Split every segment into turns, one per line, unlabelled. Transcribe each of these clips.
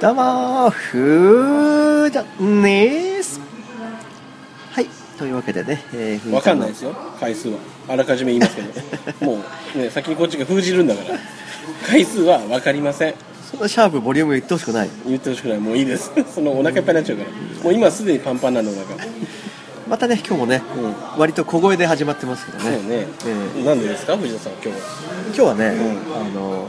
どうもふーじゃねーすはいというわけでね、えー、ふー
わ
ちゃ
か
ん
ん
の
ないですよ回数はあらかじめ言いますけどもう、ね、先にこっちが封じるんだから回数は分かりません
そんなシャープボリューム言ってほしくない
言ってほしくないもういいです そのお腹いっぱいになっちゃうからもう今すでにパンパンなのだから
またね今日もね、
う
割と小声で始まってますけど
そう
ね
ね、
え
なんでですか藤田さん今日は
今日はね、
う
あの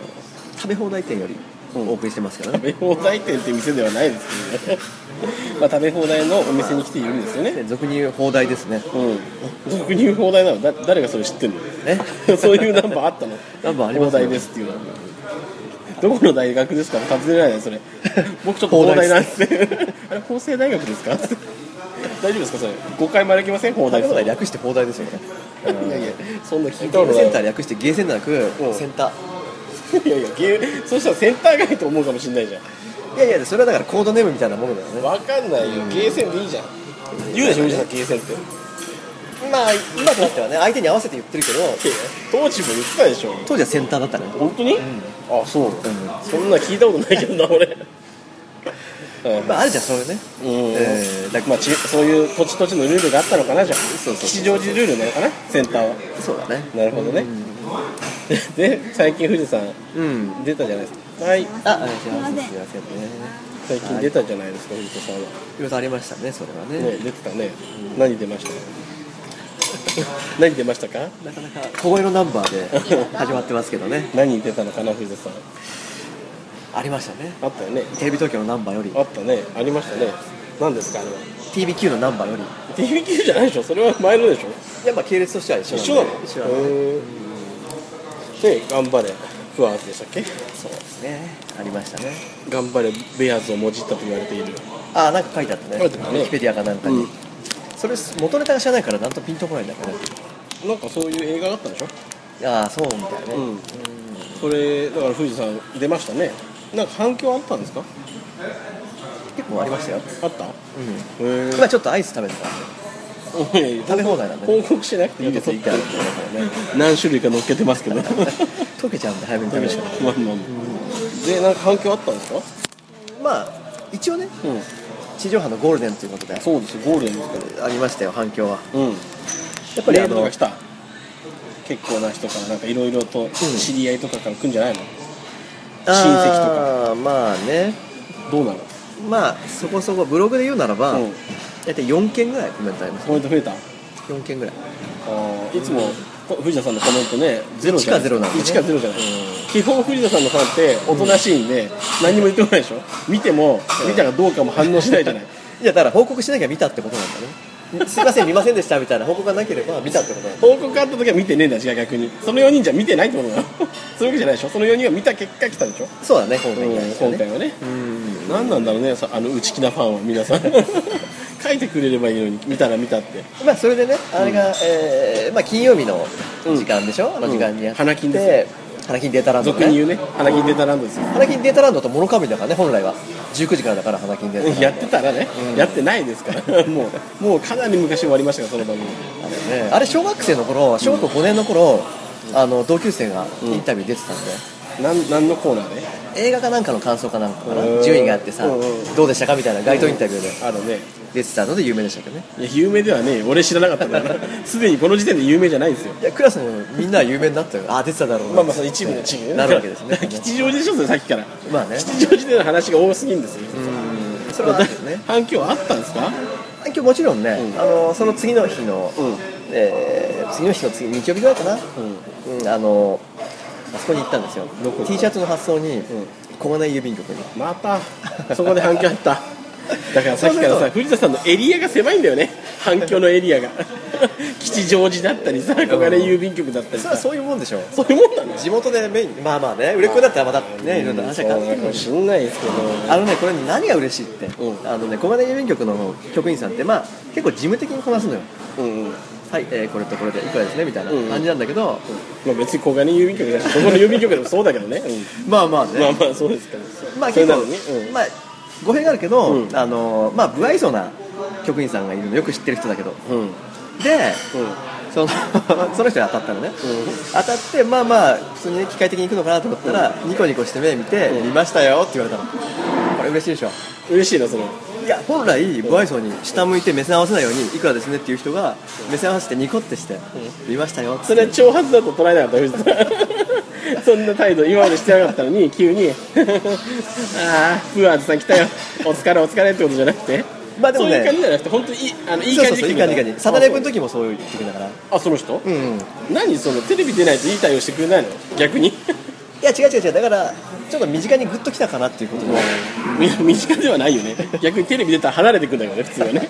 食べ放題店より
うん
お送りしてますから
食
ね、
べ放題店って店ではないですけどね まあ食べ放題のお店に来ているんですよね
ね俗に言う放題ですね
うん俗に言う放題なのだ誰がそれ知ってんの
え
そういうナンバーあったの
ナンバーありますよ
放題ですっていうのはどこの大学ですか尋ねられないそれ 僕ちょっと
放
放
題
題
で
なんです ねあれ法政大学ですか 大丈夫ですかそれ誤解まできません放題
食べ放
で
題
す
略して放題ですよね
いやいやそんな聞
ゲ
いたこ
ーム
と
センタ
な
ー略してゲーセンなく
うん
センター
いいやいやゲーそしたらセンター街と思うかもしれないじゃん
いやいやそれはだからコードネームみたいなものだよね
わかんないよゲーセンでいいじゃん言うでしょ藤田さんゲーセンって
まあ今となってはね相手に合わせて言ってるけど
当時も言ってたでしょ
当時はセンターだったね
本当に、あそう、
ん
そんな聞いたことないけどな俺うん
まああるじゃんそういうね
うん、
えーだ
まあ、ちそういう土地土地のルールがあったのかなじゃあ
そうそう
吉祥寺ルールなのかなセンターは
そうだね
なるほどね、で最近富士山
うん
出たじゃないですかはい
ああすいませんすいませんね
最近出たじゃないですか藤田さんはい
ろいろありましたねそれはね
ね出てたね、何出ました 何出ましたか
なかなか小声のナンバーで始まってますけどね
何出たのかな藤田さん
ありましたね
あったよね
テレビ東京のナンバーより
あったねありましたね何ですかあれは
TBQ のナンバーより
TBQ じゃないでしょそれは前のでしょ
いやまあ系列としては一
一
緒
緒な
な
の
んで一緒なの
へーで頑張れフワーズでしたっけ
そうですねありましたね
頑張れベアーズをもじったと言われている
ああなんか書いてあったね
書いてあったね
ウィキペディアかなんかに、
うん
それ元ネタが知らないからなんとピンとこないんだけど
なんかそういう映画があったんでしょ
ああそうみたいね、
んそれだから富士山出ましたねなんか反響あったんですか
結構ありましたよ、
あったへ
うん、
え
今ちょっとアイス食べてたんで
食
食べ放題なんで
報告しなくていいです
取ってあるんでねこれね
何種類か乗っけて ますけどま
溶けちゃうんで早めに食べちゃう
あまあまあでなんか反響あったんですか
まあ一応ね
うん
地上波のゴールデンということで
そうですよゴールデンですから
ありましたよ反響は
うん
やっぱり
レ
あ
ールと
の
か来た結構な人からなんかいろいろと知り合いとかから来るんじゃないの、親戚とか
あーまあね
どうなの
まあそこそこブログで言うならば、
うん
大体4件ぐらいコメントあります
コメント増えたあ
4件ぐらい
ーいつもこ藤田さんのコメントねゼロじゃない
1か0なんでね
1か0じゃない、
う
基本藤田さんのファンっておとなしいんで、何も言ってこないでしょ見ても見たかどうかも反応しないじゃない
いやだから報告しなきゃ見たってことなんだね すいません見ませんでしたみたいな報告がなければ見たってことなんだ
報告あった時は見てねえんだし逆にその4人じゃ見てないってことなの そういうわけじゃないでしょその4人は見た結果来たんでしょ、
そうだね本
う
編に関
ん、
しては
今
ね
回はね
うん
何なんだろうねさあの内気なファンは皆さん 書いてくれればいいのに見たら見たって
まあそれでねあれが、えーまあ、金曜日の時間でしょ、あの時間にやって、
うん花金で
花金データランド、
俗に
ね、
言うね花金データランドですよ
花金データランドとモノカミだからね本来は19時からだから花金データランド
やってたらね、
うん
やってないですから もうもうかなり昔終わりましたからその番組
あれ,、ね、あれ小学生の頃小学校5年の頃、あの同級生がインタビュー出てたんで、
なんなんのコーナーで
映画かなんかの感想かなんかか
う
なん順位があってさ、
うんうん
どうでしたかみたいな街頭インタビューで
あのね
出てたので有名でしたけどね
いや有名ではね俺知らなかったから すでにこの時点で有名じゃないですよ
いやクラスのみんなは有名になったよあ出てただろうな
まあまあその一部の地域でね
なるわけです ね
吉祥寺でしょそれさっきから
まあね
吉祥寺での話が多すぎんですよ
うんそれはあるよね
反響あったんですか
今日もちろんね、
うん
あのその次の日の、
うん
えー次の日の次日曜日ぐらいかな、
う
うん、あのあそこに行ったんですよ
どこ
T シャツの発送に、
ん
小金井郵便局に
またそこで反響あった だからさっきから
そうすると
さ藤田さんのエリアが狭いんだよね反響のエリア が吉祥寺だったりさ小金郵便局だったり
それ
さ
はそういうもんでしょう
そういうもんなの
地元でメインまあまあね売れっ子になったらまたねいろんな話が変わってくるし
そうかもしんないですけど
あのねこれ何が嬉しいって、
うん
あのね小金井郵便局の局員さんってまあ結構事務的にこなすのよ
うんうんま
はい、えーこれとこれでいくらですねみたいな
うん
感じなんだけど、
あ別に小金郵便局だしどこの郵便局でもそうだけどね、
まあまあ
う
ね
んまあまあそうですけど
まあ
それ
結
な
構
のに、うん
まあ語弊があるけど、
うん
あのまあ不愛想な局員さんがいるのよく知ってる人だけど
うんうん
でその その人に当たったのね、当たってまあまあ普通にね機械的に行くのかなと思ったら、ニコニコして目見て、
う
見
ん
ましたよって言われたのこれ嬉しいでしょ
嬉しいなその
いや本来ご愛想に下向いて目線合わせないようにいくらですねっていう人が目線合わせてニコってして、見ましたよ
それは挑発だと捉えなかった藤田さ んそんな態度今までしてなかったのに急に ああフワーズさん来たよお疲れお疲れってことじゃなくて
まあでもね
そういう感じじゃなくて本当にいいあのいい
そう
感
そう
じ
そういい
で来てく
感じいい
れた
感じサタレブの時もそう言ってくれたから
あその人、
うん、うん、い
何そのテレビ出ないといい対応してくれないの逆に
や違う違う違うだからちょっと身近にグッときたかなっていうことで、
み 身近ではないよね逆にテレビ出たら離れてくんだよね普通は ね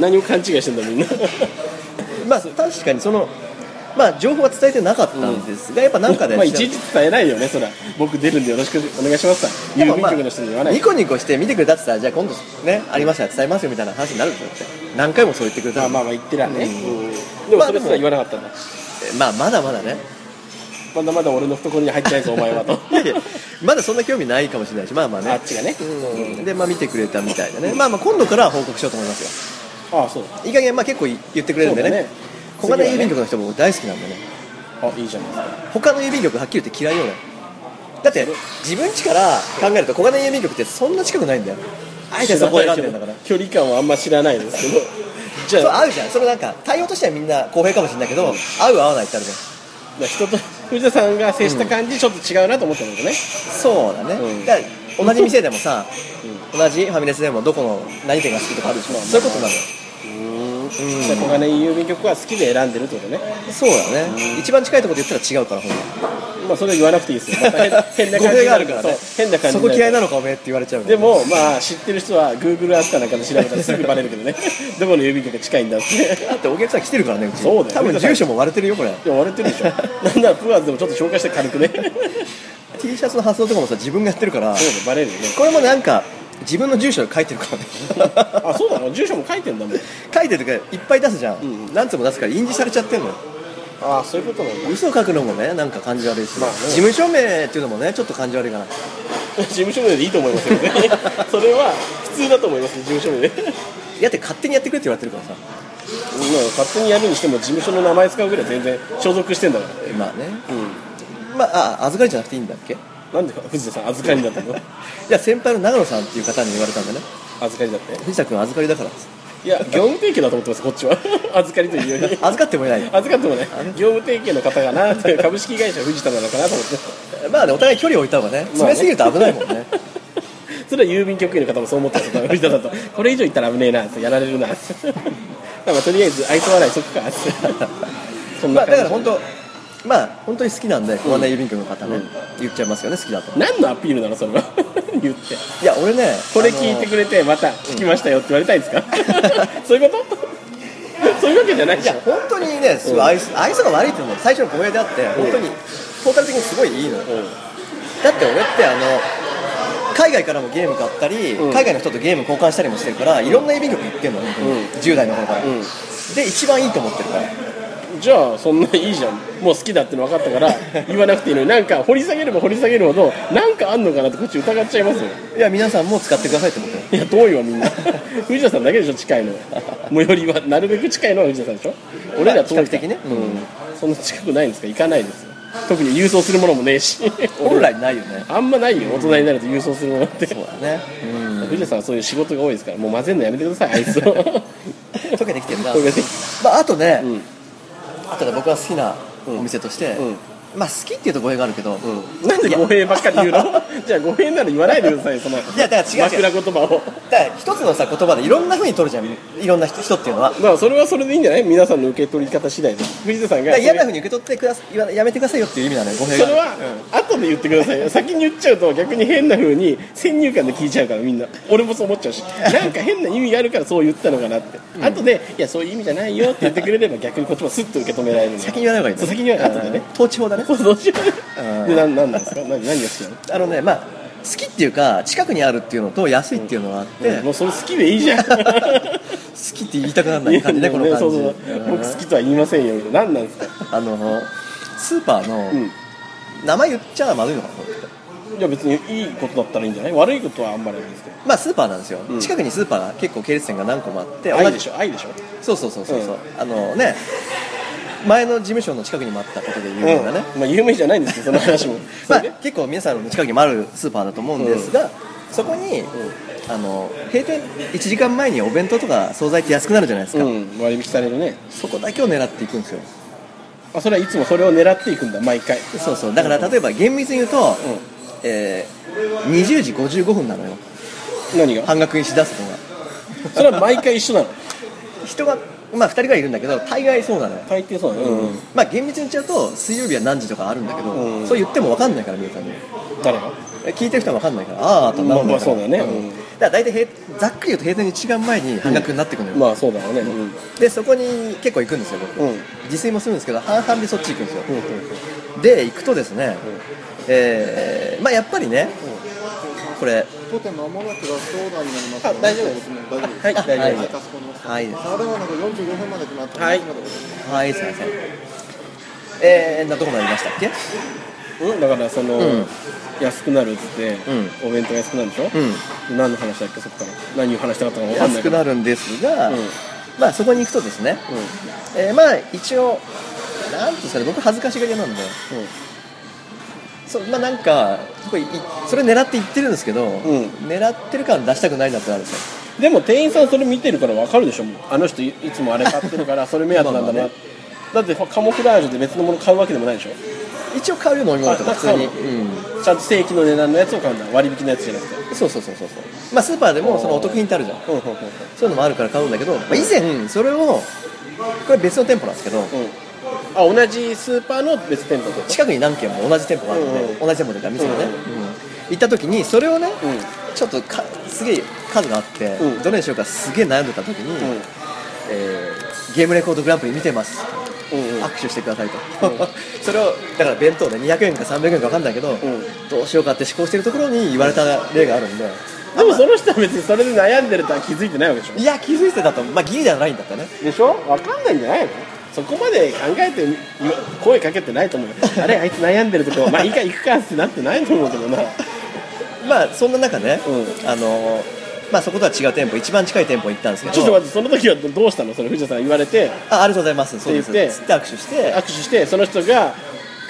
何を勘違いしてんだみんな
まあ確かにそのまあ情報は伝えてなかったんですが、やっぱなんかで、
まあいちいち伝えないよねそら僕出るんでよろしくお願いしますさ
で
郵
も
便
まあ
局の人に言わない
ニコニコして見てくれたって言ったらじゃあ今度ねありましたら伝えますよみたいな話になるんですよって何回もそう言ってくれた
まあ
ら
まあまあ言ってらね、
うん
うんでもそれすら言わなかったんだ、
まあまだまだね
まだまだ俺の懐に入ってないぞお前はと
いやいやまだそんな興味ないかもしれないしまあまあ
あ
ね
っちがね、
うんでまあ見てくれたみたいだねまあまあ今度からは報告しようと思います
ああそう
よいい加減まあ結構言ってくれるんでね小金郵便局の人も大好きなんでね
あいいじゃないですか
他の郵便局はっきり言って嫌いよねだって自分家から考えると小金郵便局ってそんな近くないんだよあえてそこ選んでんだから
距離感はあんま知らないですけどじ
そう
ゃあ
合うじゃんそれなんか対応としてはみんな公平かもしれないけど、合う合わないってあるじゃん
人と藤田さんが接した感じちょっと違うなと思ったんだけどね、
そうだね、
うん
だから同じ店でもさ
うん
同じファミレスでもどこの何店が好きとかあるでしょ
まあまあ
そういうことなのよ
うんじゃあ小金井郵便局は好きで選んでるってことね
そうだね、一番近いところで言ったら違うからほん
まあそれは言わなくていいですよまた 変変な
語
感じ
弊
に
が
な
ある
る
から
そ
ね
う変な感
そ
じに
こ
なる
嫌いなのかおめえって言われちゃう
で
でも
もまあ知ってる人は Google アースかなんかで調べたらすぐバレるけ どねどこの郵便局が近いんだって
だってお客さん来てるからねうち
そうだよ
多分住所も割れてるよこれ
いや割れてるでしょなんならプアーズでもちょっと紹介して軽くね
T シャツの発送とかもさ自分がやってるから
そうだバレるよね
これもなんか自分の住所書いてるから ね
あそうなの住所も書いてんだもん
書いてるからいっぱい出すじゃん、
うんうん
何つも出すから印字されちゃってんのよ
ああそういうことなんだ
嘘書くのもねなんか感じ悪いし、
まあね
事務所名っていうのもねちょっと感じ悪いかな
事務所名でいいと思いますけどねそれは普通だと思いますね事務所名でうん
だって勝手にやってくれって言われてるからさ
勝手にやるにしても事務所の名前使うぐらい全然所属してんだか
まあね
らうん
まああ預かりじゃなくていいんだっけ
なんで藤田さん預かりだったの
じゃあ先輩の長野さんっていう方に言われたんだね
預かりだって
藤田君預かりだからっつって
いや業務提携だと思ってますこっちは 預かりというより
預かってもいないよ
預かってもね業務提携の方かなって株式会社藤田なのかなと思って
まあねお互い距離置いた方がね詰めすぎると危ないもん ね
それは郵便局員の方もそう思ったんですよ藤田だとこれ以上言ったら危ねえなってやられるなって まあとりあえず愛想笑いそっかって そん
まあだ
な感
か
じ
ら本当まあ本当に好きなんで小金井郵便局の方ね、
うん
言っちゃいますよね好きだと
何のアピールなのそれは 言って
いや俺ね
これ聞いて
く
くれてまた聞きましたよって言われたいんですか そういうこと そういうわけじゃない
い
じゃ
や
ん
本当にねすごい愛想愛想が悪いっていうのも最初の小声であって本当にトータル的にすごいいいのよだって俺ってあの海外からもゲーム買ったり、
うん
海外の人とゲーム交換したりもしてるから、いろんな郵便局行ってんの本当に、
うん
10代の頃から、
うん
で一番いいと思ってるから
じゃあそんないいじゃんもう好きだっての分かったから言わなくていいのになんか掘り下げれば掘り下げるほどなんかあんのかなってこっち疑っちゃいますよ
いや皆さんも使ってくださいってこと
いや遠いわみん な藤田さんだけでしょ近いの最寄りはなるべく近いのは藤田さんでしょ俺ら遠いか
まあ
ら
比較的ね
うんそんな近くないんですか行かないですよ特に郵送するものもねえし
本来ないよね
あんまないよ大人になると郵送するものって
そうだねうん
藤田さんはそういう仕事が多いですからもう混ぜるのやめてくださいあい つをこ
溶けてきてるな、
れで
まあ、あとね、
うん
あとね僕が好きなお店として、
うん
まあ好きっていうと語弊があるけど、
なんで語弊ばっかり言う のじゃあ語弊なら言わないでくださいその
いやだから違う違う
枕言葉を
だから一つのさ言葉でいろんなふうに取るじゃんいろんな人人っていうのはだか
まあそれはそれでいいんじゃない皆さんの受け取り方次第で藤田さんが
ら嫌な
そ
ふうに受け取ってくださいややめてくださいよっていう意味なのよ語弊
れ
があ
それ
る
は後で言ってください よ先に言っちゃうと逆に変な風に先入観で聞いちゃうからみんな俺もそう思っちゃうしなんか変な意味があるからそう言ったのかなって、後でいやそういう意味じゃないよって言ってくれれば逆にこっちもスッと受け止められるんで
先に言わない方がいい
そう先に言わない後でね
うん統治法だね
そうどうしよ
うん
うでなんなんなんですか何何が好きなの
あのねまあ好きっていうか近くにあるっていうのと安いっていうのがあって、
うんも
好
うそれ好きでいい じゃ
き
ん
って言いたくならない感じねこの感じ、
そうそう僕好きとは言いませんよみたいな何なんですか
あのスーパーの、
うん
名前言っちゃまずいのかなこれ
いや別にいいことだったらいいんじゃない悪いことはあんまりないですけど
まあスーパーなんですよ、
うん
近くにスーパーが結構系列店が何個もあって
愛でしょ愛でしょ
そうそうそうそうそう、あのね前の事務所の近くにもあったことで有名なね、
うんまあ有名じゃないんですけどその話 も
ま
そ
あ
れで、、
結構皆さんの近くにもあるスーパーだと思うんですが、そこに、あの閉店1時間前にお弁当とか惣菜って安くなるじゃないですか、
うん、割引されるね
そこだけを狙っていくんですよ
あそれはいつもそれを狙っていくんだ毎回
そうそうだから例えば厳密に言うと、えー20時55分なのよ
何が
半額にしだすのが
それは毎回一緒なの
人がまあ2人ぐらいいるんだけど大概そうなのよ
大抵そうだねうん
まあ厳密に言っちゃうと水曜日は何時とかあるんだけど、
うん
そう言っても分かんないから皆さんに
誰が
聞いてる人は分かんないからああとなるん
まあまあ
から
そうだねうん
んだから大体閉ざっくり言うと閉店1時間前に半額になってくるのよ、
まあそうだろうねうんうん
でそこに結構行くんですよ僕、
うん
自炊もするんですけど半々でそっち行くんですよ、
うん
で行くとですね、えーまあやっぱりね、これ
当店まもなくラストオーダーになります
あ大丈夫
ですね大丈夫です
はい大丈夫
はい
で
かしこまりました
はい
サラダマンの45分まで決まって
はい
ますのでお願いします
はいすいませんえー、などこまでいましたっけ
すうんだからその
うん
安くなるっつってお弁当安くなるでしょ
う
何の話だっけそっから何を話したかったか分かんな
安
いけ
く
ど
なるんですが、
うん
まあそこに行くとですね、えーまあ一応なんとそれ僕恥ずかしがり屋なんでそ,、まあ、なんかこれいそれ狙って行ってるんですけど、
ん
狙ってる感出したくないなってあるんですよ
でも店員さんそれ見てるから分かるでしょもうあの人いいつもあれ買ってる からそれ目当てなん
ま
だ
あまあ
な
ね
だってカモフラージュで別のもの買うわけでもないでしょ
一応買うよ飲み物とか
あ
普通に、
買
う
ちゃんと正規の値段のやつを買うんだ割引のやつじゃなくて
ん、そうそうそうそうそうまあスーパーでもそのお得品ってあるじゃん
うんうんうん
そういうのもあるから買うんだけど、まあ、以前それをこれ別の店舗なんですけど
うんあ同じスーパーの別店舗とか
近くに何軒も同じ店舗があるので、
うん
同じ店舗というか店がね、
うん
うん行った時にそれをね、
うん
ちょっとかすげえ数があって、
うん
どれにしようかすげえ悩んでた時に、えーゲームレコードグランプリ見てます、
うんうん
握手してくださいと、 それをだから弁当で200円か300円か分かんないけど、
ん
どうしようかって思考してるところに言われた例があるんで、
でもその人は別にそれで悩んでるとは気づいてないわけでしょ
いや気づいてたと思うまあギリではないんだったね
でしょ分かんないんじゃないのそこまで考えて言わ声かけてないと 思うよあれあいつ悩んでるとこまあいいか行くかってなってないと思うけどな
まあそんな中ね、
う
あのまあそことは違う店舗一番近い店舗行ったんですけど
ちょっと待ってその時はどうしたのそれ藤田さん言われて
あありがとうございますそうです
って言って
つって握手して
握手してその人が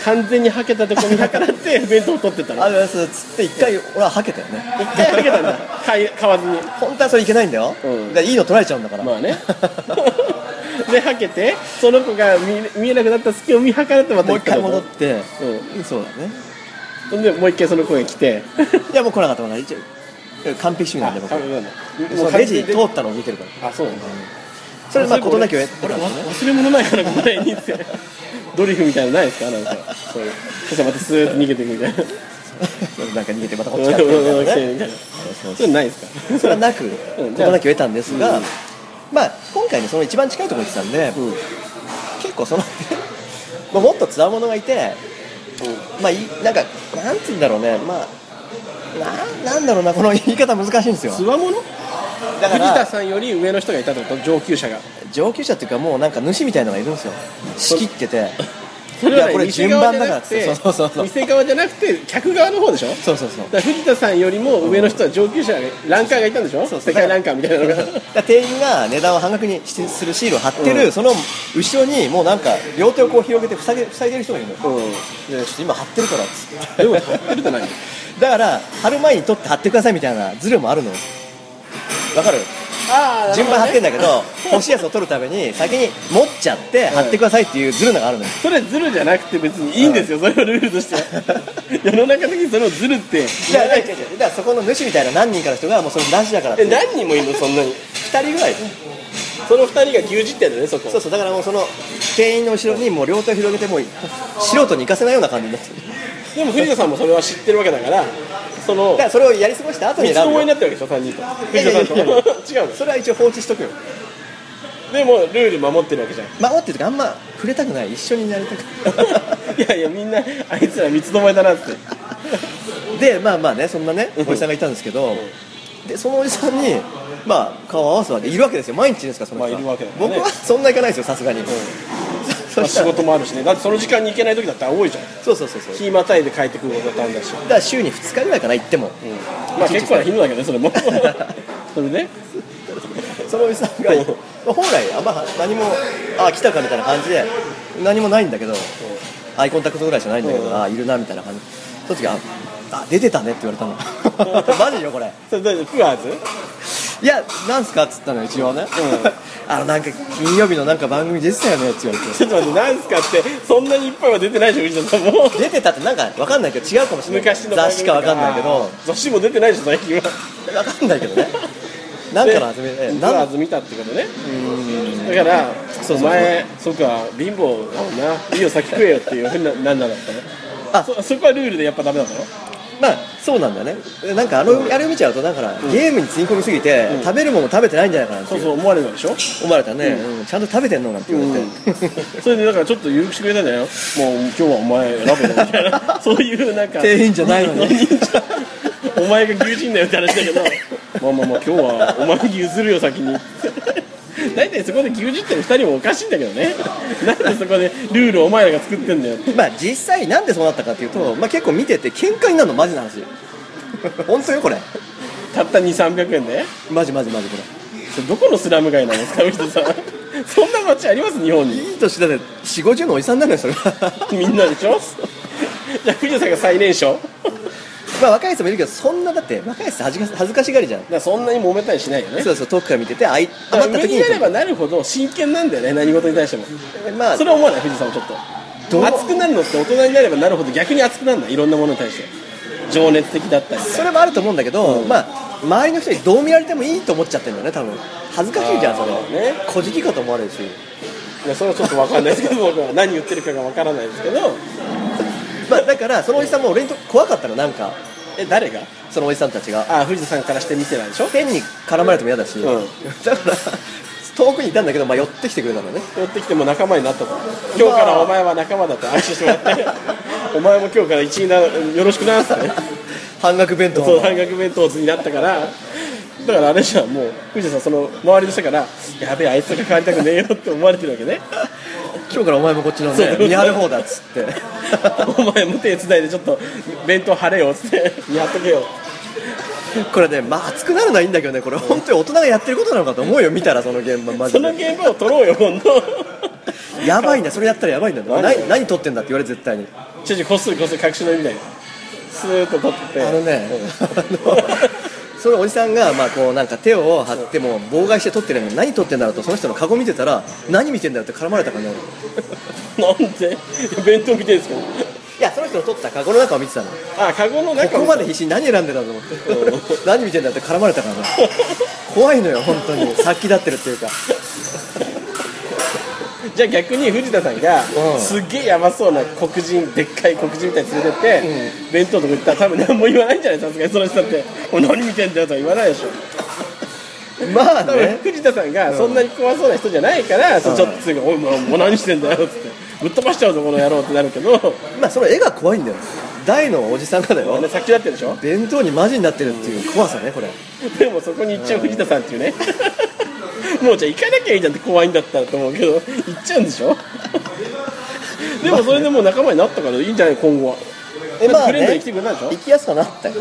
完全にはけたとこ見計らって弁当を取ってったの
ありがとうございますつって一回俺ははけたよね
一回はけたんだ買い買わずに
本当はそれいけないんだよ、
うん
でいいの取られちゃうんだから、
まあね ではけてその子が見見えなくなった隙を見計らってまた
もう一回
行
戻
っ
った
の
て、
うん
そうだね
そんでもう一回その子が来て
いやもう来なかったもんな一応完璧主義なんで僕
あそうなんだ
そうレジ通ったのを見てるから
あそうなんだ
それまあ事なきを
俺
得てたんです ね
忘れ物ないからこれにってドリフみたいなのないですかなんかそういうそしたらまたスーッと逃げていくみたいな
なんか逃げてまたこっちから来てみたいなね
そ
そう
れ
そう
ないですか
それはなく
ん
事なきを得たんですが、
うん
まあ今回ねその一番近いところに行ってたんで、
うん
結構その まあもっとつわものがいて、まあいなんかなんつうんだろうねまあなんなんだろうなこの言い方難しいんですよ
つわもの
だか
藤田
ら
さんより上の人がいたってこと上級者が
上級者っていうかもうなんか主みたいのがいるんですよ仕切ってて
それは、
いや
ね、
これ
店側
順番だからっつって
じゃなくて
そうそうそう
店側じゃなくて客側の方でしょ
そうそうそう
だから藤田さんよりも上の人は上級者がランカーがいたんでしょ
そうそう
世界ランカーみた いなのが
だから店員が値段を半額にしてするシールを貼ってる、
うん
その後ろにもうなんか両手をこう広げて塞げ塞いでる人がいるのよ
うん
でちょっと今貼ってるからっつって
でも貼ってるじゃない
だから貼る前に取って貼ってくださいみたいなズルもあるのよわかる
あ
順番貼ってんだけど欲しいやつを取るために先に持っちゃって貼ってくださいっていうズルのがあるのよ
それズルじゃなくて別にいいんですよ、それはルールとし ては世の中的にそれをズルって
だからだからそこの主みたいな何人かの人がもうそれなしだからって
え
2
何人もいるのそんなに
人ぐらい
その二人が牛耳ってんだねそこ
そうそうだからもうその店員の後ろにもう両手を広げてもう素人に行かせないような感じになってる
でも藤田さんもそれは知ってるわけだからその
だからそれをやり過ごした後
三
に
つ
選
ど
ぶ
もえに
よ
なってるわけでしょ三人と
いやいやいや
藤田さんと 違うの
それは一応放置しとくよ
でもルール守ってるわけじゃん
守ってるとかあんま触れたくない一緒になりたく
いやいやみんなあいつら三つどもえだなって
ないでまあまあねそんなね
うん
おじさんがいたんですけどでそのおじさんにまあ顔を合わすわけいるわけですよ毎日ですからその人は
まあいるわけだから ね
僕はそんな行かないですよさすがに、そ
まあ
した
仕
ら
事もあるしねだってその時間に行けない時だって多いじゃん
そうそうそうそう
日またいで帰ってくることだってあるんだし、
だから週に2日ぐらいかな行っても
まあ結構な頻度だけどねそれも それね
そのおじさんが本来あんま何もあ来たかみたいな感じで何もないんだけどアイコンタクトぐらいしかないんだけ
う
ど
ん
あいるなみたいな感じその時ああ出てたねって言われたの マジよこれ
それ大丈夫プアーズ
いやなんすかっつったのよ一応ね、あのなんか金曜日のなんか番組出てたよねって言われて
ちょっと待って何すかってそんなにいっぱいは出てないでしょ藤田さんも
出てたってなんかわかんないけど違うかもしれない
昔の番組と
雑誌かわかんないけど
雑誌も出てないでしょ最近は
わかんないけどねなんかの初め
で
え
プ
なん
アーズ見たってことねだから
そうそう
お前そうか貧乏だもんないいよ先食えよっていうふうにななんなんだったの
あ
そそこはルールでやっぱダメなの
まあそうなんだよねでなんかあの、あれを見ちゃうとだから、ゲームにつぎ込みすぎて、
ん
食べるもの食べてないんじゃないかなって
そ
いう
うそう思われるでしょ
思われたね、うんちゃんと食べてんのなんて言われて、
それでだからちょっと許してくれたんじゃないのもう今日はお前選べよみた いなそういうなんか
店員じゃないのに
人じゃ お前が牛耳んだよって話だけどまあまあまあ今日はお前に譲るよ先に大体そこで牛耳ってる2人もおかしいんだけどねなんでそこでルールをお前らが作ってんだよって
まあ実際なんでそうなったかっていうと、まあ結構見てて喧嘩になるのマジな話 本当よこれ
たった2300円で
マジマジマジこれ
それどこのスラム街なんですか人さんそんな街あります日本に
いい年だね4 5 0のおじさんなのよそれは
みんなでしょじゃあ藤田さんが最年少
まあ若い人もいるけどそんなだって若い人恥ずか恥ずかしがりじゃん
だからそんなに揉めたりしないよね
そうそう遠くから見ててあい
上
余った時
に
に
なればなるほど真剣なんだよね何事に対しても
まあ
それは思わない藤井さんもちょっ
どう
と熱くなるのって大人になればなるほど逆に熱くなるんだいろんなものに対して情熱的だったり
それもあると思うんだけど、まあ周りの人にどう見られてもいいと思っちゃってるんだよね多分恥ずかしいじゃんそれ
あーね
小じきかと思われるし
いやそれはちょっと分かんないです けど僕は何言ってるかが分からないですけど
まあだからそのおじさんも俺にと怖かったのなんか
え誰が
そのおじさんたちが
ああ藤田さんからして見てないでしょ
変に絡まれても嫌だし、
うん
だから遠くにいたんだけど、まあ、寄ってきてくれたのね
寄ってきてもう仲間になったと今日からお前は仲間だって握手してもら ってお前も今日から一員だよろしくなっつってね
半額弁当
そう半額弁当になったからだからあれじゃんもう藤田さんその周りの人から「やべえあいつが帰りたくねえよ」って思われてるわけね
今日からお前もこっちの
そう
ね見張る方だっつって
お前も手伝いでちょっと弁当貼れよっつって見張っとけよ
これねまあ熱くなるのはいいんだけどねこれ本当に大人がやってることなのかと思うよ見たらその現場 マ
そ
ジ
の
で
現場を取ろうよ今度
やばいなそれやったらやばいんだよ
何
何何撮ってんだって言われ絶対に
ちょちょこっそりこっそり隠し撮りみたいなスーッと取ってて
あのねあのそのおじさんがまあこうなんか手を張っても妨害して撮ってるのに何撮ってんだろうとその人のカゴ見てたら何見てんだよって絡まれたからね俺
なんでいや弁当見てるんです
いやその人の撮ったカゴの中を見てたの
かあカゴの中
ここまで必死に何選んでたと思って何見てんだって絡まれたからね怖いのよ本当に殺気立ってるっていうか
じゃあ逆に藤田さんが、
うん
すっげえやばそうな黒人でっかい黒人みたいに連れてって、弁当とか行ったら多分何も言わないんじゃないさすがにその人だって「おい何見てんだよ」とか言わないでしょ
まあ
多分
ね
藤田さんがそんなに怖そうな人じゃないから、そうちょっとすぐ「おいもうもう何してんだよ」っつって「ぶっ飛ばしちゃうぞこの野郎」ってなるけど、
まあその絵が怖いんだよ大のおじさんがだよ
ね、先立ってるでしょ
弁当にマジになってるっていう怖さねこれ
でもそこに行っちゃう藤田さんっていうね もうじゃあ行かなきゃいいじゃんって怖いんだったらと思うけど行っちゃうんでしょでもそれでもう仲間になったからいいんじゃない今後は
えまあ
フレンドに
ね
来てくれたでしょ
行きやすくなったよね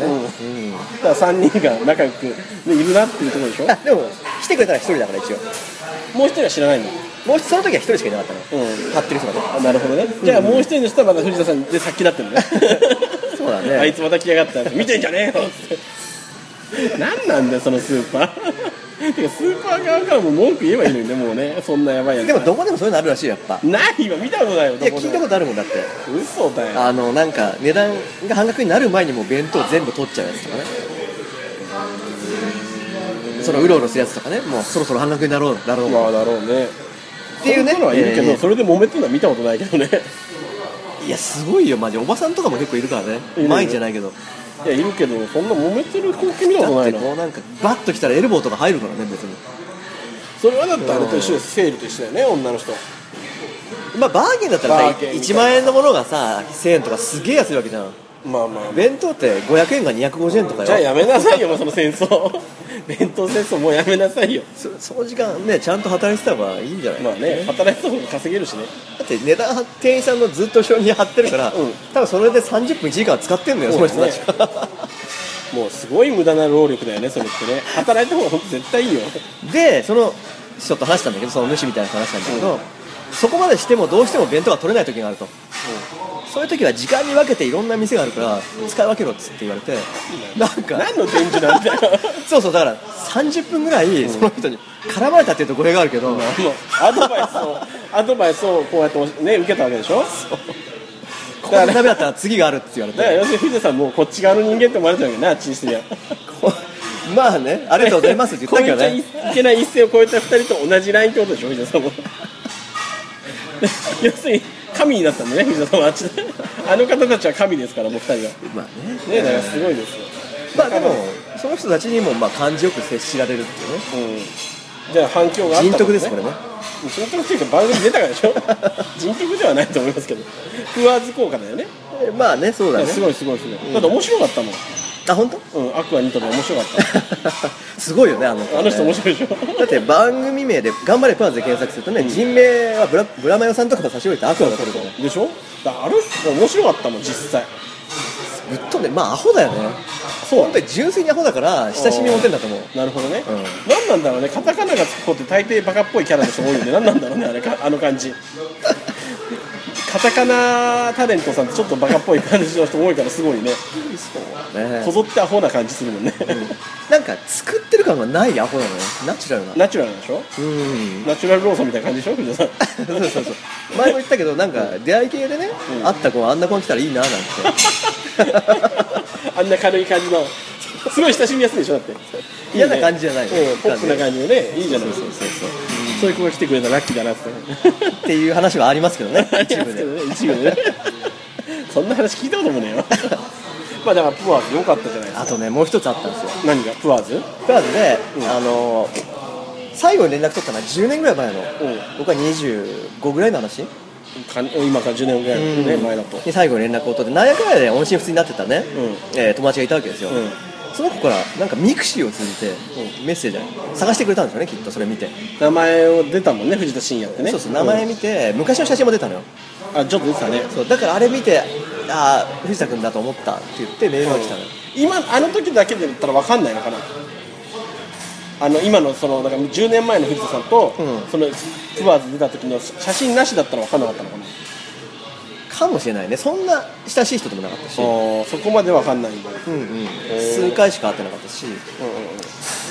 だから3人が仲良く、ね、いるなっていうところでしょ
あでも来てくれたら一人だから一応
もう一人は知らないの
もうその時は一人しかいなかったね
うん
張ってる人がね
あなるほどねじゃあもう一人の人はまだ藤田さんで先立ってる ね
そうだね
あいつまた来やがった見てんじゃねえよって何なんだよそのスーパー てかスーパー側からも文句言えばいいのにねもうねそんなやばいやつ
でもどこでもそういうのあるらしいよやっぱ
ないわ見たことないよ
いや聞いたことあるもんだって
と嘘だよ
あのなんか値段が半額になる前にもう弁当全部取っちゃうやつとかねそのうろうろするやつとかねもうそろそろ半額になろうだろう
まあだろうね
っていうね
そんなのはいるけど、
えー
それで揉めてるのは見たことないけどね
いやすごいよマジおばさんとかも結構いるからね
いる
毎日じゃないけど
いやいるけどそんな揉めてる光景見た
だ
こと
って
ないの
こうなんかバッと来たらエルボーとか入るからね別に
それはだってあれと一緒ですセールと一緒だよね女の人
まあバーゲンだったら
バー
さ
ゲンみた
1
い
万円のものがさ1000円とかすげえ安いわけじゃん
まあまあ
弁当って500円が250円とかよ
じゃあやめなさいよもうその戦争 弁当戦争もうやめなさいよ
そその時間ねちゃんと働いてた方がいいんじゃない、
まあね働いた方が稼げるしね
だって値段店員さんのずっと後ろに貼ってるから、
うん
多分それで30分1時間使ってんのよその人たちが、
もうすごい無駄な労力だよねそれってね働いた方が本当絶対いいよ
でその人と話したんだけどその主みたいな人と話したんだけど、そこまでしてもどうしても弁当が取れない時があると、そういう時は時間に分けていろんな店があるから使い分けろっつって言われて、なんか
何の展示なんだよ
そうそうだから30分ぐらいその人に絡まれたっていうと語弊があるけど、
もうアドバイスをアドバイスをこうやっておしね受けたわけでしょ
ここでダメだったら次があるって言われ
だから
て
要するに藤田さんもうこっち側の人間って思われちゃうわけどなチンしてりゃ
こうまあねありがとうございますって言ったけどね
超えちゃいけない一線を超えた二人と同じラインってことでしょ藤田さんも 要するに神になったんだね藤田さんはあっちであの方たちは神ですから僕二人は
まあ
ね
ね
だからすごいですよ、
まあでもその人たちにもまあ感じよく接しられるっていうね
うん、じゃあ反響があった
人徳ですこれね
人徳っていうか番組出たからで しょ人徳ではないと思いますけど食わず効果だよね
えまあねそうだね
すごいすごいすごい、だって面白かったもん、
あ本当
うん、アクアニトで面白かっ
すごいよねあの
たあの人面白いでしょ
だって番組名で「頑張れプランズ」で検索するとね、人名はブラブラマヨさんとかが差し置いてアクアが取るからね
でしょだからあの人面白かったもん実際
ぶっ飛んでまあアホだよね
そう
本当に純粋にアホだから親しみ持てんだと思う
なるほどね、
うん
何なんだろうねカタカナがつく子って大抵バカっぽいキャラの人多いよね何なんだろうねあれかあの感じカタカナタレントさんってちょっとバカっぽい感じの人多いからすごいね
ね
こぞってアホな感じするもんね、
なんか作ってる感がないアホなのよナチュラルな
ナチュラルでしょ
うん
ナチュラルローソンみたいな感じでしょ藤田さん
そうそうそう前も言ったけどなんか出会い系でね、
うん
会った子はあんな子に来たらいいななんて
あんな軽い感じのすごい親しみやすいでしょだって
嫌な感じじゃない
ねうんポップな感じでねいいじゃないですか
そうそうそう
そういう子が来てくれたらラッキーだなって
っていう話 はありますけどね一
一部
部
で
で
ね一 部でねそんな話聞いたこともねえよ まあだからプアーズ良かったじゃないですか
あとねもう一つあったんですよ
何がプアーズ
プラズで、
うん
あの最後に連絡取ったのは10年ぐらい前の、
うん
僕は25ぐらいの話、
か今から10年ぐらいね、
うん
前だと
で最後に連絡を取ってなんやかんやで音信不通になってたね、
う
えー友達がいたわけですよ、
うん
その子からなんかミクシーを通じてメッセージ探してくれたんですよねきっとそれ見て、
名前を出たもんね藤田信也ってね
そうそう名前
ん
見て、昔の写真も出たのよ
あちょっと出てたね
そうだからあれ見てああ藤田君だと思ったって言ってメールが来たのよ、
今あの時だけで言ったら分かんないのかなあの今のそのだから10年前の藤田さんと、
うん
そのプアーズ出た時の写真なしだったら分かんなかったのかな
かもしれないねそんな親しい人でもなかったし、
あーそこまで分かんないんだ、うん
うんうん
ー
数回しか会ってなかったし
うんうん、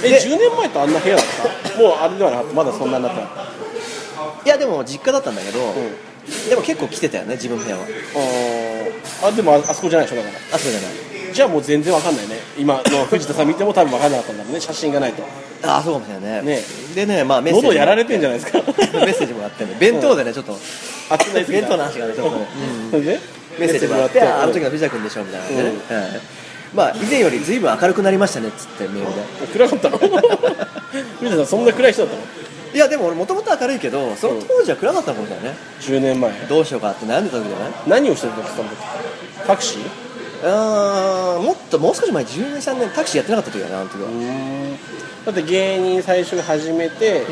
え
で
10年前とあんな部屋だったもうあれではなかったまだそんなになってなかっ
いやでも実家だったんだけど、
た、うん、
でも結構来てたよね自分の部屋は
あーあでもああそこじゃないでしょだか
あそうじゃない
らじゃあもう全然分かんないね今の藤田さん見ても多分分かんなかったんだろうね写真がないと
あそうかもしれないね
ね
でねまあメッセージ
喉やられ
て
てんじゃないですか
メッセージもらってね弁当でねちょっと
熱くなりすぎ
弁
た
当の話がねちょっとね
それ で
メッセージもらって
メッセージ
ああの時
うん
の藤田君でしょみたいなね、
うん
はいまあ以前より随分明るくなりましたねっつってメールで
暗かったの藤田さんそんな暗い人だったの
いやでも俺もともと明るいけどその当時は暗かったのかもしれないね、
10年前
どうしようかって悩んでた時じゃない
何をしてたんですかその時タクシー
うーんもっともう少し前10年3年タクシーやってなかった時だなあの時は、
だって芸人最初に始めて、
ん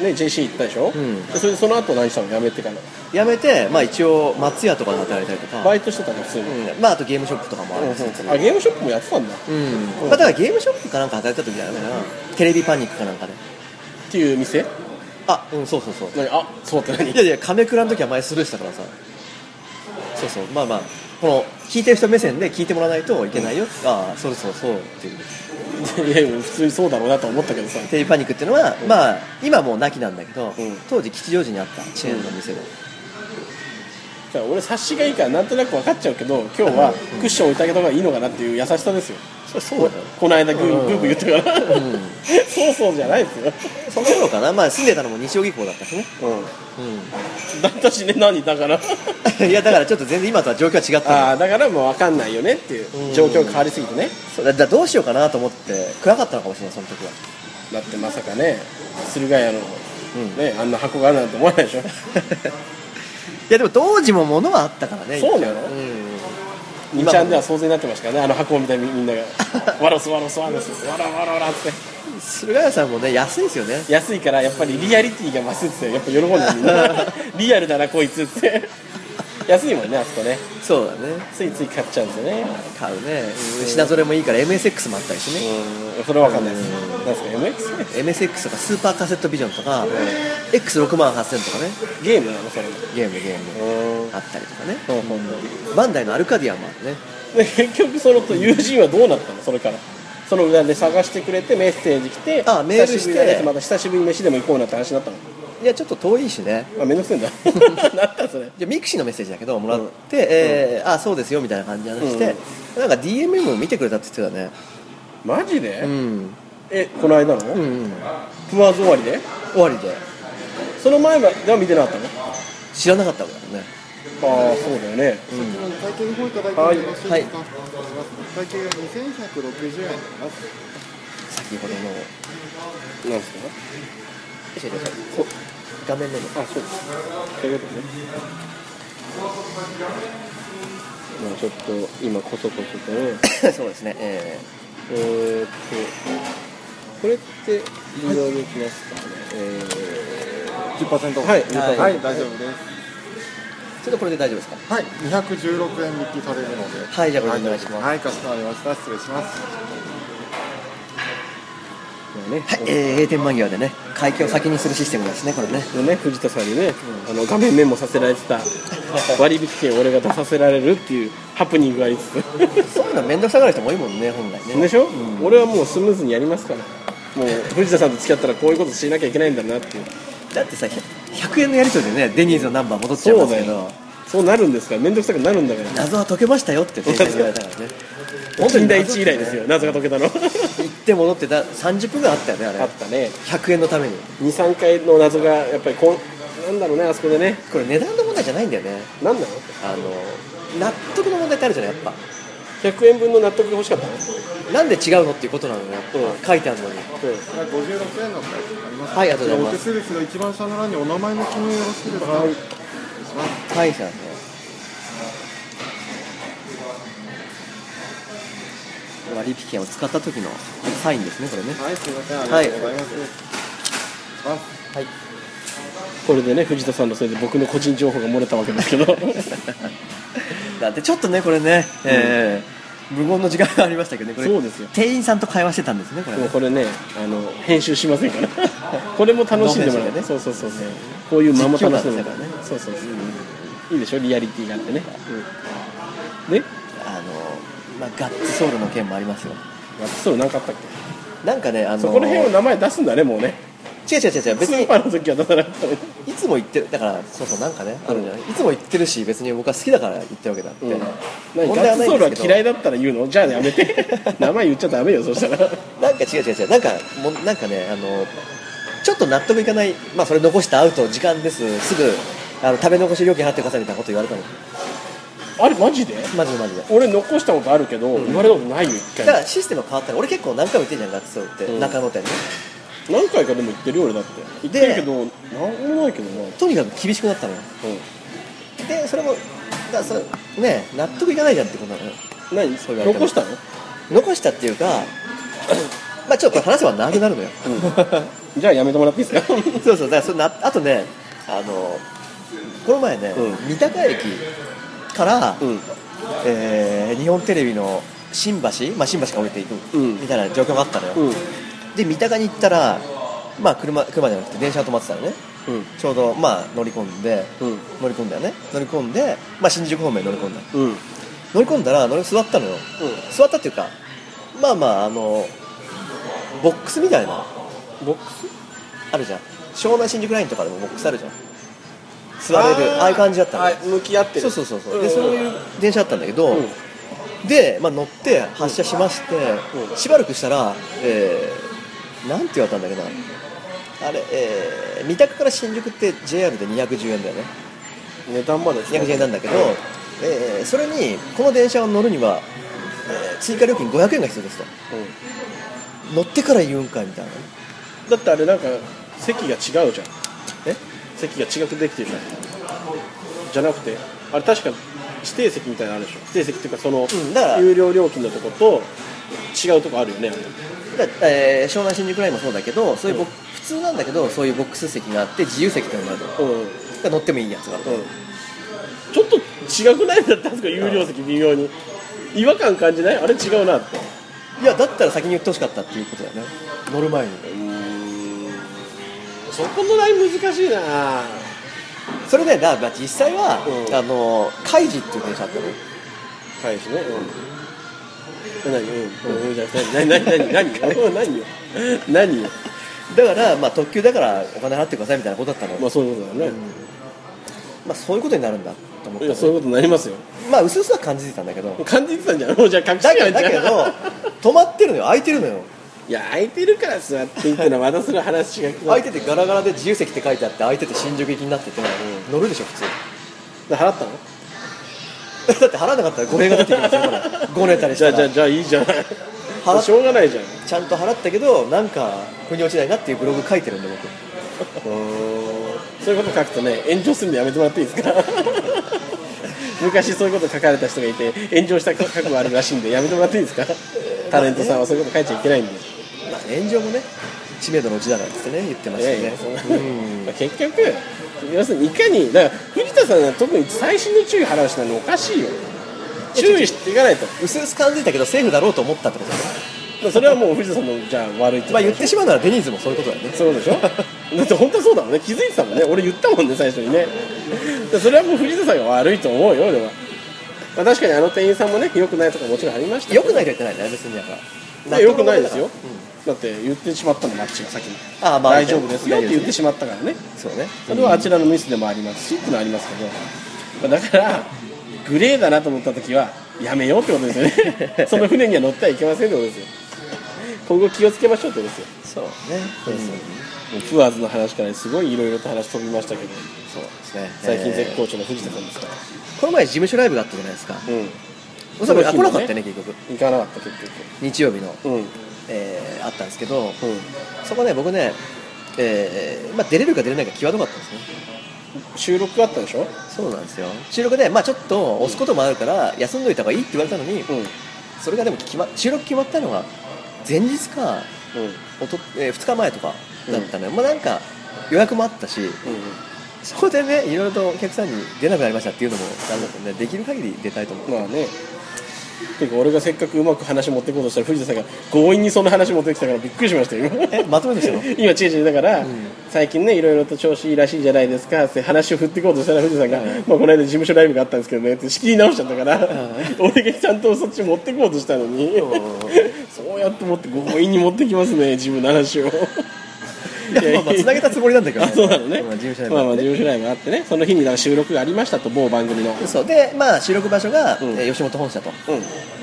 えね、JC 行ったでしょ、
ん
でそれでその後何したの辞めてから
やめてまあ一応松屋とかで働いたりとか、
バイトしてたの普通に、
うんまああとゲームショップとかもあるんですよ、
あゲームショップもやってたんだ、っ
うん、まあ、だからゲームショップかなんか働いた時だよね、テレビパニックかなんかで
ていう店
あうんそうそうそう
何あそうって何
いやいや亀倉の時は前スルーしたからさそうそうまあまあこの聞いてる人目線で聞いてもらわないといけないよ、ああそうそうそうっていう
いやいや普通にそうだろうなと思ったけどさ
テレビパニックっていうのは、まあ今もうなきなんだけど、
うん
当時吉祥寺にあったチェーンの店で、
じゃあ俺察しがいいからなんとなく分かっちゃうけど今日はクッション置いてあげた方がいいのかなっていう優しさですよ、
そそうだよ
この間グー
うん
グーグー言ったから、
ん
そうそうじゃないですよ、
その頃かな、まあ、住んでたのも西荻港だったしね、
う、
うん
だったしね何だから
ん、い やだからちょっと全然今とは状況は違った
あ
の
あだからもう分かんないよねっていう状況が変わりすぎてね、
そうだだからどうしようかなと思って暗かったのかもしれないその時は
だってまさかね駿河屋の、
ん
ね、あんな箱があるなんて思わないでしょ
いやでも当時も物はあったからね
そうなの
ん
2ちゃんでは騒然になってましたからねあの箱を見たみんなが「ワロスワロスワロスワラワラワラ」って
駿河屋さんもね安いですよね
安いからやっぱりリアリティが増すっつってやっぱ喜んでるみん なリアルだなこいつっつって安いもんねあそこね
そうだね
ついつい買っちゃうんですよね
買うね品ぞれもいいから MSX もあったりしね
うんそれは分かんないですなんですか MX
MSX とかスーパーカセットビジョンとか X6 万8000とかね
ゲームなのそれも
ゲームゲーム
うん
あったりとかね
ほんほんほん
バンダイのアルカディアもあるね
で結局そのと友人はどうなったのそれからその裏で探してくれてメッセージ来て
あメールして
久ぶりだねまた久しぶりに飯でも行こうなって話になったの
いやちょっと遠いしね
あめんどくせえんだ なんだそれ
じゃあミクシーのメッセージだけどもらって、えーあそうですよみたいな感じで話して、なんか DMM も見てくれたって言ってたね
マジで、
うん
えこの間の、
うんうん
食わず終わりで
終わりで
その前はでは見てなかったの
知らなかったからね
ああそうだよね
こちらに会計の方いただいてもよろしいですか。会計が2160円になります。
先ほどの
なんですか
教えてくださいこ画面でも
あそうですそういうことねまあちょっと今こそこそと ね
そうですねえ
えーっとこれって利用できますかね、え
10%
ーはい、
はい
はい、大丈夫です。
ー、ちょっとこれで大丈夫ですか
はい、216円引きされるので。
はいじゃあこれでお願いします
はい、かしこまりました。失礼します。
まあね、
はい、えー、閉店間際でね会計を先にするシステムですねこれね
のね藤田さんにね、あの画面メモさせられてた割引券を俺が出させられるっていうハプニングがありつつ
そういうの面倒くさがる人も多いもんね本来ね
でしょ、俺はもうスムーズにやりますからもう藤田さんと付き合ったらこういうことしなきゃいけないんだなっていう
だってさ100円のやり取りでねデニーズのナンバー戻っちゃいますけど
そうなるんですから面倒くさくなるんだから
謎は解けましたよって訂正言われたからね本当に
近代一以来ですよ謎が解けた の
行って戻ってた30分ぐらいあったよねあ
あ
れ
ったね
100円のために
23回の謎がやっぱりこんなんだろうねあそこでね
これ値段の問題じゃないんだよね
なんなの
あの納得の問題ってあるじゃないやっぱ
100円分の納得が欲しかったの、
なんで違うのっていうことなのよやっぱ
うん
書いてあるのに
う
これは56円の会計になります。
はいありがとうござい
お
ま
手
す
数ですが、一番下の欄にお名前の記入よろしいですか。
はい
失礼します。
歯医者ね割引券を使った時のサインですねこれね
はい、すみません、ありがとうございます。あ
はい
これでね藤田さんのせいで僕の個人情報が漏れたわけです けど
だってちょっとねこれね、えー無言の時間がありましたけどねこれ
そうですよ
店員さんと会話してたんですねこれ
もう
ね
これねあの編集しませんから これも楽しんでもらう
ノー編集でね
そうそうそうそうこういう間も楽しん
実況な
でも
ん
らう
ですよこれね
そうそうそう、いいでしょリアリティがあってね、で
あの、まあ、ガッツソウルの件もありますよ
ワッツソロなんかあったっけ
なんかねあの
そこら辺を名前出すんだねもうね
違う違う違う違う別
スー
に
パーの時は出さなかったのに
いつも言ってるだからそうそうなんかねあるんじゃない、いつも言ってるし別に僕は好きだから言ってるわけだって、
うん
問
何
題は
ガッツ
ない
ソ
ん
ロ
で
は
すけど
嫌いだったら言うのじゃあやめて 名前言っちゃダメよそしたら
なんか違う違う違うなんかもうなんかねあのちょっと納得いかないまあそれ残したアウト時間ですすぐあの食べ残し料金払ってくださいみたいなこと言われたの
あれマジで
マジでマジで
俺残したことあるけど、言われたことないよ
だ
一
か
回
らシステム変わったら俺結構何回も言ってんじゃんガッツソウルって、
うん
中野店ね
何回かでも言ってるよ俺だって言ってるけど何もないけどな、うん、
とにかく厳しくなったのよでそれもだからそれね納得いかないじゃんってことなのよ
何
そう言われても
残したの
残したっていうか まあちょっとこれ話せば長くなるの よ、
じゃあやめてもらっていいですか
そうそうだからそれなあとねあのこの前ね、
う
三鷹駅から、
うん
えー日本テレビの新橋、まあ、新橋から降りていく、
うん
みたいな状況があったのよ、
うん
で三鷹に行ったらまあ車車じゃなくて電車が止まってたのね
うん
ちょうどまあ乗り込んで
うん
乗り込んだよね乗り込んで、まあ、新宿方面に乗り込んだ
うんうん
乗り込んだら乗り座ったのよ座ったっていうかまあまああのボックスみたいな
ボックス
あるじゃん湘南新宿ラインとかでもボックスあるじゃん座れるああいう感じだったの
はい向き合ってる
そうそうそうそう、
ん
でそういう電車だったんだけど、
うん
で、まあ、乗って発車しまして、
うん
しばらくしたら、えー、なんて言われたんだっけどあれ、えー、三鷹から新宿って JR で210円だよね
値段まで
210円なんだけど、えーそれにこの電車を乗るには、えー追加料金500円が必要ですと
うん
乗ってから言うんかいみたいな
だってあれなんか席が違うじゃん
え
席が違くできてるじゃんじゃなくてあれ確か指定席みたいなのあるでしょ指定席っていうかその、
んだから
有料料金のとこと違うとこあるよねあれ
だえー湘南新宿ラインもそうだけどそういうボック普通なんだけどそういうボックス席があって自由席ってのがあるのだか
うん、うん、
ら乗ってもいいやつがある
ちょっと違くないんだったんですか有料席微妙に違和感感じないあれ違うなって
いやだったら先に言ってほしかったっていうことだよね乗る前に
そこのライン難しいな
それねだから実際は、
うん
あの開示っていう電車あったの
返しねうん何うん、うん、じゃあ何何何何何よ何よ何よ
だから、まあ、特急だからお金払ってくださいみたいなことだったの、
ま
ま
あそういうことだよね、
あ、そういうことになるんだと思っ
い
て、
やそういうことになりますよ
まあうすうすは感じてたんだけ ど
感じてたんじゃんもうじゃあ隠し
だけ
や
ど
んじゃ
だ
ん
けど止まってるのよ空いてるのよ
いや空いてるから座っていいってのはまたその話が
空いててガラガラで自由席って書いてあって空いてて新宿行きになってて、乗るでしょ普通
払ったの
だって払わなかったら5円が出てきますよこれ ごねたりし
じゃ
た
あじゃあ
ら
じゃあいいじゃん
払っ
しょうがないじゃん
ちゃんと払ったけどなんか腑に落ちないなっていうブログ書いてるんで僕
そういうこと書くとね炎上するのやめてもらっていいですか昔そういうこと書かれた人がいて炎上した過去があるらしいんでやめてもらっていいですかタレントさんはそういうこと書いちゃいけないんで
まあ炎上もね知名度のうちだなんつってね言ってま
い
した
や
よ
い
ね
やそんな
うん
まあ結局要するにいかにだから藤田さんは特に最新の注意払うしなのおかしいよ注意していかないと
うすうす感じてたけどセーフだろうと思ったってことだね
まあそれはもう藤田さんのじゃあ悪いと
まあ言ってしまうならデニーズもそういうことだよね
そう でしょだって本当そうだもんね気づいてたもんね俺言ったもんね最初にねでそれはもう藤田さんが悪いと思うよ俺は、まあ、確かにあの店員さんもね良くないとかもちろんありました
よくないいと言ってないんだよ別にだから
や良くないですよ、
うん
だって言ってしまったのマッチが先に
ああまあ
大丈夫ですよって言ってしまったからね
そうね
それはあちらのミスでもありますしっていうのはありますけど、まあだからグレーだなと思った時はやめようってことですよ ねその船には乗ってはいけませんってことですよ今後気をつけましょうってことです
そ
よ
うねそうですね
もうプアーズの話からすごいいろいろと話飛びましたけど
そうですね
最近絶
え
好調の藤田さんですから、
ーこの前事務所ライブがあったじゃないですか
うん
おそらくあ
そ
来
の日
な
もね
かったね結局
行かなかった結
日曜日の
局うんうん
えーあったんですけどそこね僕ねえーまあ出れるか出れないか際どかったんですね
収録があったでしょ
そうなんですよ収録でまあちょっと押すこともあるから休んどいた方がいいって言われたのに
うんうん
それがでも決ま収録決まったのが前日かおと、え2日前とかだったのよ、まあなんか予約もあったし そこでねいろいろとお客さんに出なくなりましたっていうのもなんだったんでできる限り出たいと思う
うんまあねていうか俺がせっかくうまく話持ってこうとしたら藤田さんが強引にその話持ってきたからびっくりしましたよ今
えまとめま したの
今違う違うだから、
ん
最近ねいろいろと調子いいらしいじゃないですかって話を振っていこうとしたら藤田さんが、
うん
まあ、この間事務所ライブがあったんですけどねって仕切り直しちゃったから、
う
俺がちゃんとそっち持ってこうとしたのに、そうやって持って強引に持ってきますね自分の話を
いやまあまあつなげたつもりなんだけど、
あそうなのね、
まあ、事務所内
まあま
な
あ
んで
事務所ライブがあってねその日にだから収録がありましたと某番組のう
そうでまあ収録場所が、
うん
えー吉本本社と
ん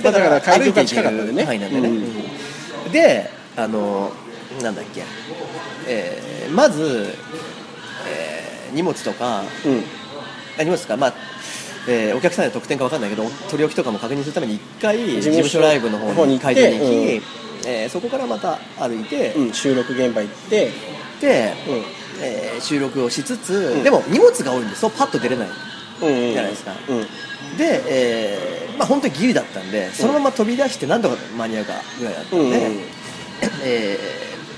まあだから会場が近かったんでね
歩いて行ける範囲なんで
うん
ね、であのなんだっけ、えーまず、えー荷物とか
うん
ありますか、まあえーお客さんの特典か分かんないけど、取り置きとかも確認するために1回、事
務所
務所ライブの方に会場に行
方に
き、
行っ
えーそこからまた歩いて、
うん収録現場行って、
で
う
えー収録をしつつ、
うん
でも荷物が多いんで、そうパッと出れない、
んうんうん
じゃないですか
うん
で、えーまあ、本当にギリだったんで、そのまま飛び出して、何とか間に合うかぐらいだったんで、
うんうん
え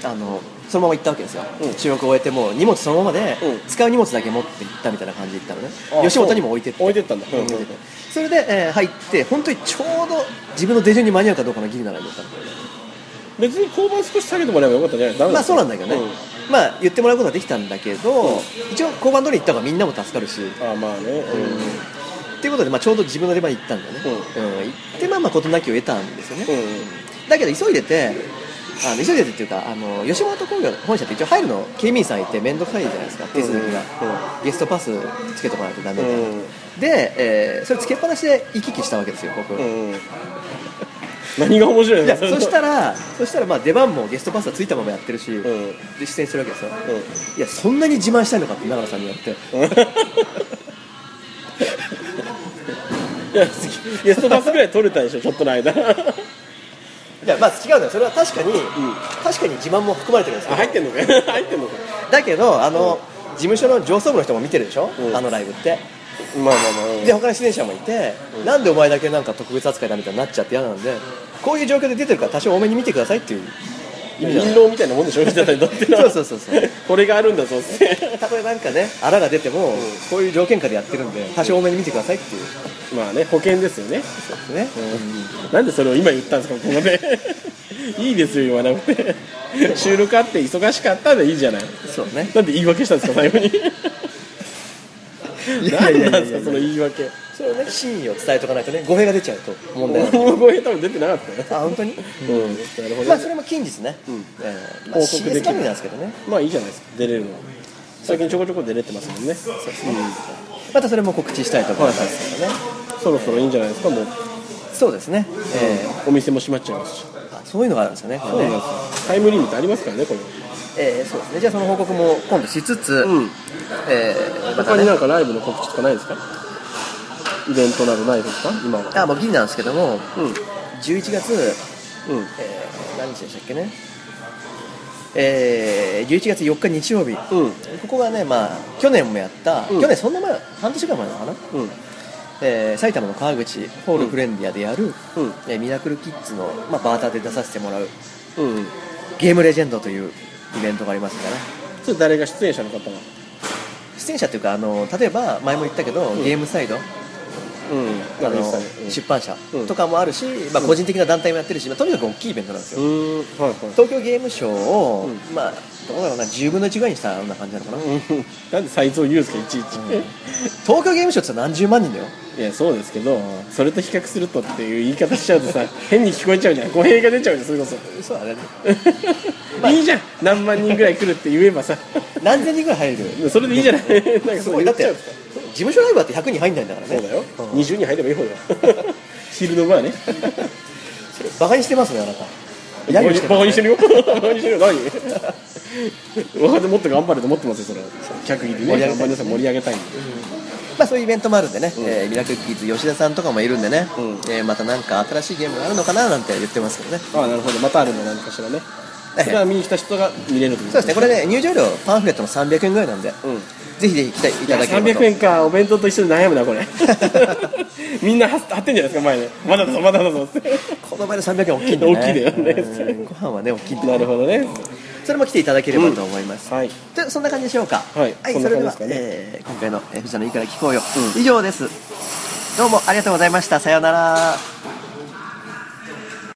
ーあのそのまま行ったわけですよ、
うん
収録を終えて、もう荷物そのままで、
うん
使う荷物だけ持って行ったみたいな感じで行ったのね
あ、
吉本にも置いてって
置いてったんだ、うんうん
それで、えー入って本当にちょうど自分の手順に間に合うかどうかのギリならだったの
別に交番少し下げてもらえばよかったんじゃないダ
ま
メだ
あ
った
そうなんだけどね、まあ言ってもらうことはできたんだけど、
うん
一応交番通りに行った方がみんなも助かるし
ああまあねうんうん
っていうことで、まあ、ちょうど自分の出番に行ったんだよね、うん行ってまあまあ事なきを得たんですよね、だけど急いでてあの急いでてっていうかあの吉本興業本社って一応入るの警備員さんいて面倒くさいじゃないですか手続きが、ゲストパスつけとかないとダメみたいな、
うん
で、えーそれつけっぱなしで行き来したわけですよ僕、
うんうん何が面白いの
いやそした
ら
らそしたらまあ出番もゲストパスはついたままやってるし、
うんうん
で出演してるわけですよいやそんなに自慢したいのかって長野さんにやって
いや次ゲストパスぐらい取れたでしょちょっとの間あ
いやまあ違うんだよそれは確かに、確かに自慢も含まれてるんですけど
入ってんのかよ 入ってんのか
だけどあの、事務所の上層部の人も見てるでしょ、
うん
あのライブって
まあまあまあうん、
で他の出演者もいて、なんでお前だけなんか特別扱いだみたいになっちゃって嫌なんでこういう状況で出てるから多少多めに見てくださいっていう意味じゃない
陰謀みたいなもんでしょみたいなだってな
そうそうそうそう
これがあるんだそうって
たとえなんかねあらが出ても、こういう条件下でやってるんで多少多めに見てくださいっていう
まあね保険ですよね
ですね、
なんでそれを今言ったんですかここで いいですよ言わなくて収録あって忙しかったでいいじゃない
そうね
なんで言い訳したんですか最後に
いやいやい
何な
や
んで
い
すか
や
その言い訳
それをね真意を伝えとかないとね語弊が出ちゃうと問題なんで
大声多分出てなかったね
あ本当に
うんなるほ
ま
ど
あそれも近日ね、えーまあ、
報告で
CS
きる
カメラなんですけどね
まあいいじゃないですか出れるのは最近ちょこちょこ出れてますもんね
またそれも告知したいと思いますけどね、
うんそろそろいいんじゃないですかもう
そうですね、え
お店も閉まっちゃいますし
ーあそういうのがあるんですよねこ
そう
れ
なん
ね
ですよタイムリミットありますからねこれ
えーそうですねじゃあその報告も今度しつつ、
うん
えーまた
他に
ね
なんかライブの告知とかないですかイベントなどないですか今は
あもう銀なんですけども
うん
11月、
うん
えー何日でしたっけねえー、11月4日日曜日、
うん
ここがね、まあ、去年もやった、
うん
去年そんな前半年ぐらい前なのかな、
うん
えー埼玉の川口ホールフレンディアでやる、
うん
えーミラクルキッズの、まあ、バーターで出させてもらう
うん
ゲームレジェンドというイベントがありますから、ね、
それ誰が出演者の方は
出演者というかあの例えば前も言ったけど、ゲームサイドあ
うん
の、
中西さんうん
出版社
うん
とかもあるし、まあ、個人的な団体もやってるし、まあ、とにかく大きいイベントなんですよ、
うーんはいはい
東京ゲームショーを、
う
まあどうだろうな10分の1ぐらいにしたらどんな感じなのかな、
うんなんでサイズを言うんですかいちいち、
東京ゲームショーって何十万人だよ
いやそうですけどそれと比較するとっていう言い方しちゃうとさ変に聞こえちゃうじゃん語弊が出ちゃうじゃんそれこ そ、
そうだね
いいじゃん何万人ぐらい来るって言えばさ
何千人ぐらい入る
それでいいじゃないなんか
す
そ
ご
う
い
言
だ
っ
っ
ちゃ
て
う
事務所ライブだって100人入んないんだからね
そうだよ、
ん
20人入ればいい 方だよ昼の場はね
バカにしてますねあなた
バ
揶
カ
揄
に
してます
してるよ バカにしてるよ何若手もっと頑張れと思ってますよそれは客引き
盛
ね
り上げ
頑張
たい
り
です
なさい
ね
盛り上げたいんで
まあそういうイベントもあるんでね、えーミラクルキッズ吉田さんとかもいるんでね、
うん
えーまたなんか新しいゲームがあるのかななんて言ってますけどね
ああなるほどまたあるの何かしらね
ええ
それは見に来た人が見れるという
そうですねこれね入場料パンフレットも300円ぐらいなんで、
うん
ぜひぜひ来てい
い
た
や
だければ
300
と
円かお弁当と一緒で悩むなこれ みんなは張ってんじゃないですか前でまだだぞまだだぞって
この場で300円大きいんで、ね、
大きいだよね
うんご飯はね大きいんで、
なるほどね
それも来ていただければと思います、
はい
でそんな感じでしょうか
はいそん
そ
な
れで
感じで
は
すかね
えー今回の「えー藤田のいいから聞こうよ」
うん
以上ですどうもありがとうございましたさようなら